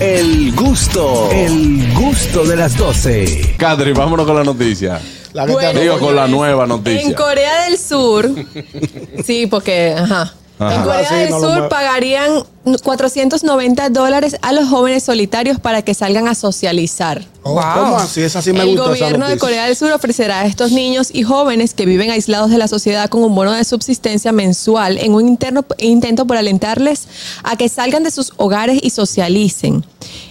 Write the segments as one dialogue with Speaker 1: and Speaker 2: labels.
Speaker 1: El gusto, el gusto de las 12.
Speaker 2: Catherine, vámonos con la noticia.
Speaker 3: La
Speaker 4: Bueno,
Speaker 3: gente
Speaker 5: pues,
Speaker 2: Digo, con la nueva
Speaker 4: En
Speaker 2: noticia.
Speaker 4: Corea del Sur, sí, porque, ajá.
Speaker 2: Ajá.
Speaker 4: En Corea
Speaker 3: Así
Speaker 4: del
Speaker 3: Ah, no lo
Speaker 4: Sur
Speaker 3: mueve.
Speaker 4: pagarían 490 dólares a los jóvenes solitarios para que salgan a socializar.
Speaker 3: Oh, ¿Cómo así? Esa sí me
Speaker 4: el
Speaker 3: gustó, esa
Speaker 4: gobierno de
Speaker 3: noticia.
Speaker 4: Corea del Sur ofrecerá a estos niños y jóvenes que viven aislados de la sociedad con un bono de subsistencia mensual en un interno intento por alentarles a que salgan de sus hogares y socialicen.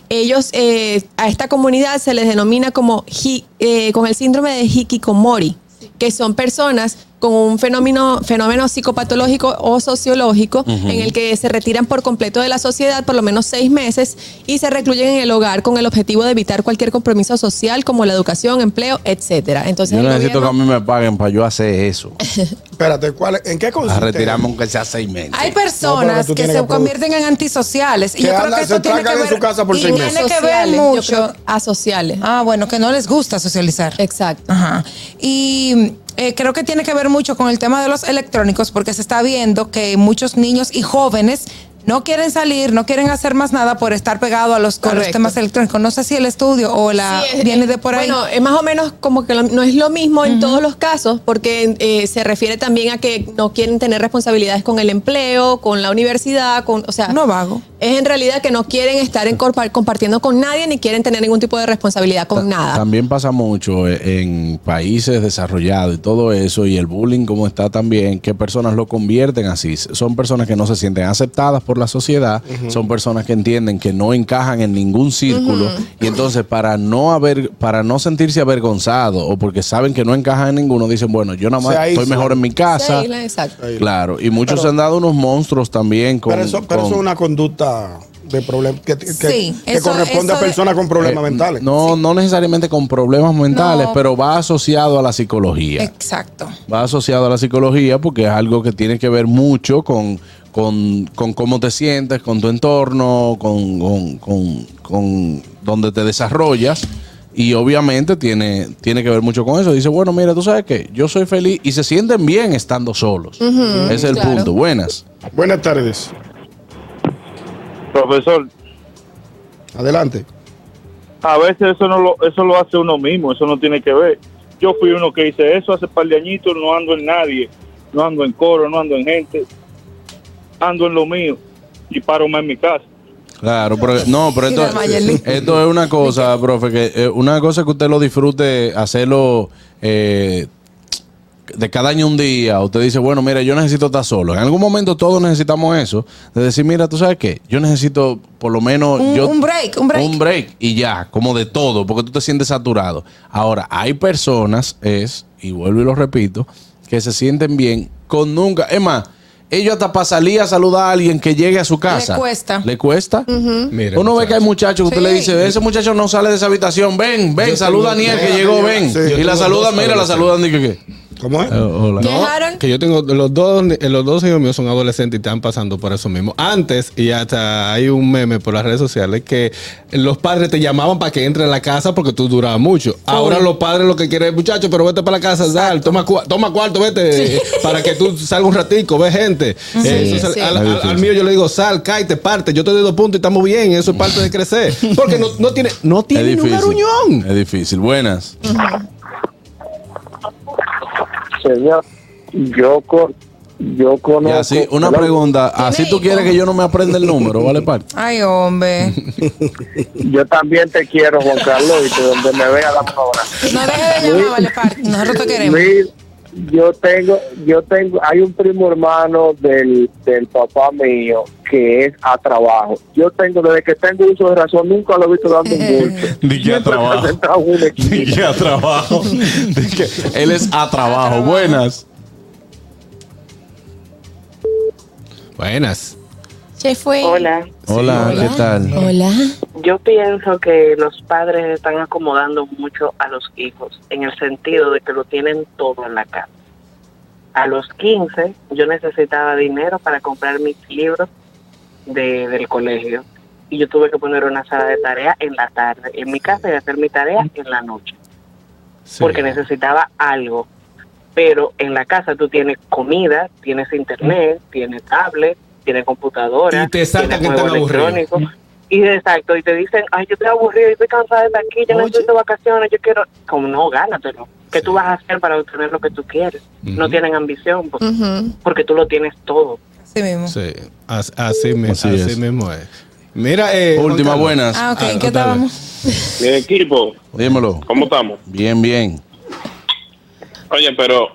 Speaker 4: Ellos, eh, a esta comunidad se les denomina como hi- eh, con el síndrome de hikikomori, que son personas con un fenómeno, fenómeno psicopatológico o sociológico en el que se retiran por completo de la sociedad por lo menos seis meses y se recluyen en el hogar con el objetivo de evitar cualquier compromiso social como la educación, empleo, etcétera. Entonces,
Speaker 2: Yo
Speaker 4: el
Speaker 2: necesito que a
Speaker 4: gobierno-
Speaker 2: mí me paguen para yo hacer eso.
Speaker 3: Espérate, ¿cuál, ¿en qué consiste?
Speaker 2: A retirarme aunque sea seis meses.
Speaker 5: Hay
Speaker 3: No, pero
Speaker 5: personas
Speaker 3: tú
Speaker 5: que
Speaker 3: tienes
Speaker 5: se
Speaker 3: que produ-
Speaker 5: convierten en antisociales. Y
Speaker 3: Que
Speaker 5: yo creo
Speaker 3: andan-
Speaker 5: que
Speaker 3: se
Speaker 5: eso tiene que
Speaker 3: trancan en
Speaker 5: ver,
Speaker 3: su casa por
Speaker 5: y
Speaker 3: seis meses.
Speaker 5: tiene que ver
Speaker 4: Asociales, yo
Speaker 5: mucho.
Speaker 4: creo, asociales.
Speaker 5: Ah, bueno, que no les gusta socializar.
Speaker 4: Exacto.
Speaker 5: Ajá. Y eh, creo que tiene que ver mucho con el tema de los electrónicos, porque se está viendo que muchos niños y jóvenes no quieren salir, no quieren hacer más nada por estar pegado a los, a los
Speaker 4: Correcto.
Speaker 5: temas electrónicos. No sé si el estudio o la
Speaker 4: Sí, es-
Speaker 5: Ah, viene
Speaker 4: es-
Speaker 5: de por ahí.
Speaker 4: Bueno, es más o menos como que lo- no es lo mismo en todos los casos, porque eh, se refiere también a que no quieren tener responsabilidades con el empleo, con la universidad, con, o sea,
Speaker 5: No vago.
Speaker 4: Es en realidad que no quieren estar en corpa- compartiendo con nadie ni quieren tener ningún tipo de responsabilidad con nada.
Speaker 2: También pasa mucho eh, en países desarrollados y todo eso, y el bullying como está también, que personas lo convierten así. Son personas que no se sienten aceptadas por la sociedad, son personas que entienden que no encajan en ningún círculo, y entonces para no haber, para no sentirse avergonzado o porque saben que no encajan en ninguno, dicen, bueno, yo nada más
Speaker 3: Se
Speaker 2: estoy
Speaker 3: aíslan.
Speaker 2: mejor en mi casa.
Speaker 4: Sí, exacto.
Speaker 2: Claro, y muchos se han dado unos monstruos también con...
Speaker 3: pero eso, pero
Speaker 2: con-
Speaker 3: eso
Speaker 2: eh,
Speaker 3: es una conducta de problema que, que-
Speaker 5: Sí,
Speaker 3: que
Speaker 5: eso-
Speaker 3: corresponde
Speaker 5: eso
Speaker 3: a
Speaker 5: de-
Speaker 3: personas con problemas
Speaker 2: eh,
Speaker 3: mentales.
Speaker 2: No, no necesariamente con problemas mentales,
Speaker 5: No.
Speaker 2: pero va asociado a la psicología.
Speaker 5: Exacto.
Speaker 2: va asociado a la psicología porque es algo que tiene que ver mucho con, con, con cómo te sientes, con tu entorno, con, con, con- con donde te desarrollas. Y obviamente tiene, tiene que ver mucho con eso. Dice, bueno, mira, tú sabes que yo soy feliz y se sienten bien estando solos. Ese es el
Speaker 4: claro.
Speaker 2: punto. Buenas.
Speaker 3: Buenas tardes.
Speaker 6: Profesor,
Speaker 3: Adelante.
Speaker 6: a veces eso no lo, eso lo hace uno mismo, eso no tiene que ver. Yo fui uno que hice eso hace par de añitos, no ando en nadie, no ando en coro, no ando en gente, ando en lo mío y paro más en mi casa.
Speaker 2: Claro, pero no, pero esto,
Speaker 5: Mira, Mayerly.
Speaker 2: esto es una cosa, profe, que eh, una cosa que usted lo disfrute, hacerlo eh, de cada año un día. Usted dice, bueno, mira, yo necesito estar solo. En algún momento todos necesitamos eso, de decir, mira, tú sabes qué, yo necesito por lo menos
Speaker 5: Un-
Speaker 2: yo-
Speaker 5: un break, un break.
Speaker 2: un break y ya, como de todo, porque tú te sientes saturado. Ahora, hay personas, es, y vuelvo y lo repito, que se sienten bien con nunca. Es más, ellos hasta para salir a saludar a alguien que llegue a su casa.
Speaker 5: cuesta.
Speaker 2: Le cuesta.
Speaker 7: Mira,
Speaker 2: Uno ve
Speaker 7: muchacho.
Speaker 2: que hay muchachos que usted le
Speaker 5: Sí.
Speaker 2: dice, ese muchacho no sale de esa habitación, ven, ven,
Speaker 7: Yo
Speaker 2: saluda a
Speaker 7: tengo-
Speaker 2: Niel que
Speaker 3: Mira,
Speaker 2: llegó,
Speaker 3: mira,
Speaker 2: ven.
Speaker 3: sí,
Speaker 2: y
Speaker 7: yo
Speaker 2: la
Speaker 7: tengo
Speaker 2: saludan,
Speaker 7: dos Oh,
Speaker 2: mira, la
Speaker 7: adolescentes.
Speaker 2: saludan, dije que.
Speaker 3: ¿Cómo es?
Speaker 2: Eh, hola.
Speaker 4: ¿Qué dejaron?
Speaker 7: Que yo tengo los dos, eh, los dos hijos míos son adolescentes y están pasando por eso mismo. Antes, y hasta hay un meme por las redes sociales que los padres te llamaban para que entre a la casa porque tú durabas mucho. Ahora los padres lo que quieren es, muchacho, pero vete para la casa, sal, toma, cua- toma cuarto, vete, eh, para que tú salgas un ratico, ve gente. Eh, eso es-
Speaker 4: sí.
Speaker 7: al,
Speaker 2: Muy
Speaker 7: al-
Speaker 2: difícil.
Speaker 7: al mío yo le digo, sal, cállate, parte, yo te doy dos puntos y estamos bien, eso es parte de crecer. Porque no, no tiene, no
Speaker 2: Es
Speaker 7: tiene ni un
Speaker 2: difícil.
Speaker 7: garuñón.
Speaker 2: Es difícil. Buenas.
Speaker 8: Señor, yo, con, yo
Speaker 2: Y
Speaker 8: conozco.
Speaker 2: así, una
Speaker 8: Hello.
Speaker 2: pregunta. Así tú
Speaker 4: hijo?
Speaker 2: quieres que yo no me aprenda el número, ¿vale, parte?
Speaker 5: Ay, hombre.
Speaker 8: Yo también te quiero, Juan Carlos, y de donde me vea, dame un abrazo.
Speaker 5: No dejes de llamar, vale, parte. Nosotros te queremos.
Speaker 8: Luis, yo tengo, yo tengo, hay un primo hermano del, del papá mío que es a trabajo. Yo tengo, desde que tengo uso de razón, nunca lo he visto dando un bulto.
Speaker 2: Ni que a trabajo.
Speaker 8: Sentado en una esquina.
Speaker 2: Ni que a trabajo. Ni que- Él es a trabajo. Buenas.
Speaker 7: Buenas.
Speaker 4: Se fue.
Speaker 9: Hola,
Speaker 2: Hola, ¿qué tal?
Speaker 4: Hola.
Speaker 9: yo pienso que los padres están acomodando mucho a los hijos en el sentido de que lo tienen todo en la casa. A los 15 yo necesitaba dinero para comprar mis libros de- del colegio y yo tuve que poner una sala de tarea en la tarde en mi casa y hacer mi tarea en la noche porque necesitaba algo. Pero en la casa tú tienes comida, tienes internet, tienes tablet, tienes computadora,
Speaker 7: Y te salta
Speaker 9: tienes
Speaker 7: que están
Speaker 9: juego
Speaker 7: aburridos.
Speaker 9: electrónico, Y exacto, y te dicen, ay, yo estoy aburrido, yo estoy cansada de estar aquí, yo
Speaker 3: Oye.
Speaker 9: necesito vacaciones, yo quiero. Como no, gánatelo. ¿Qué tú vas a hacer para obtener lo que tú quieres? No tienen ambición, porque,
Speaker 4: Ujú.
Speaker 9: porque tú lo tienes todo.
Speaker 5: Sí mismo.
Speaker 7: Sí, as- así, mi-
Speaker 2: Así
Speaker 7: así
Speaker 2: es.
Speaker 7: mismo es. Mira, eh, Juan
Speaker 2: Últimas
Speaker 7: Carlos.
Speaker 2: buenas.
Speaker 5: Ah, ok,
Speaker 7: Ah,
Speaker 5: ¿en ¿qué
Speaker 7: dale.
Speaker 5: estábamos?
Speaker 6: Mi equipo,
Speaker 2: Dímelo.
Speaker 6: ¿cómo estamos?
Speaker 2: Bien, bien.
Speaker 6: Oye, pero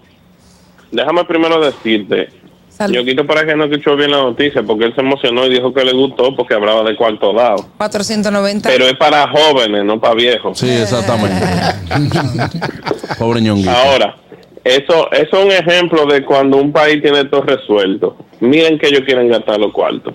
Speaker 6: déjame primero decirte.
Speaker 5: Salud.
Speaker 6: Yo quito para que no escuchó bien la noticia, porque él se emocionó y dijo que le gustó porque hablaba de cuarto dado.
Speaker 5: 490.
Speaker 6: Pero es para jóvenes, no para viejos.
Speaker 5: Eh.
Speaker 2: Sí, exactamente. Pobre ñonguito.
Speaker 6: Ahora, eso, eso es un ejemplo de cuando un país tiene todo resuelto. Miren que ellos quieren gastar los cuartos.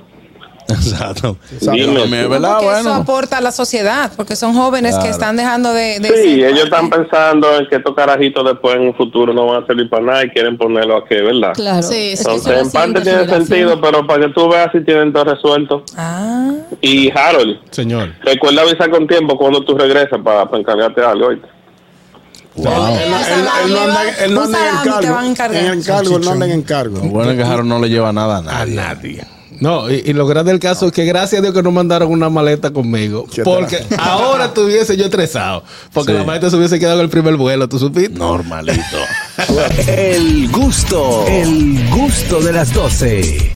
Speaker 2: Exacto.
Speaker 6: Dime.
Speaker 2: También es
Speaker 5: ¿Cómo
Speaker 2: verdad,
Speaker 5: que eso
Speaker 2: bueno.
Speaker 5: aporta a la sociedad, porque son jóvenes que
Speaker 2: Claro.
Speaker 5: están dejando de... de
Speaker 6: Sí,
Speaker 5: ser-
Speaker 6: ellos están pensando en que estos carajitos después en un futuro no van a servir para nada y quieren ponerlo aquí, ¿verdad?
Speaker 4: Claro.
Speaker 10: Sí, es que eso
Speaker 6: Entonces,
Speaker 10: lo
Speaker 6: en
Speaker 10: hacían
Speaker 6: parte
Speaker 10: de
Speaker 6: tiene
Speaker 10: generación.
Speaker 6: sentido, pero para que tú veas si tienen todo resuelto.
Speaker 5: Ah,
Speaker 6: Y Harold,
Speaker 7: Señor.
Speaker 6: recuerda avisar con tiempo cuando tú regresas para, para encargarte de algo. ¿oíste?
Speaker 2: Wow.
Speaker 3: Él, no- él-
Speaker 5: salami,
Speaker 3: él no anda, él no
Speaker 5: un
Speaker 3: anda en
Speaker 5: salami te van a
Speaker 3: el cargo.
Speaker 5: encargar.
Speaker 3: En el cargo, él no anda en el cargo.
Speaker 2: Lo bueno es que Harold no le lleva nada a
Speaker 7: A
Speaker 2: nadie.
Speaker 7: nadie. No, y, y lo grande del caso es que gracias a Dios que no mandaron una maleta conmigo.
Speaker 3: Qué
Speaker 7: Porque ahora estuviese yo estresado. Porque
Speaker 2: Sí.
Speaker 7: la maleta se hubiese quedado en el primer vuelo, ¿tú supiste?
Speaker 2: Normalito.
Speaker 1: El gusto, el gusto de las 12.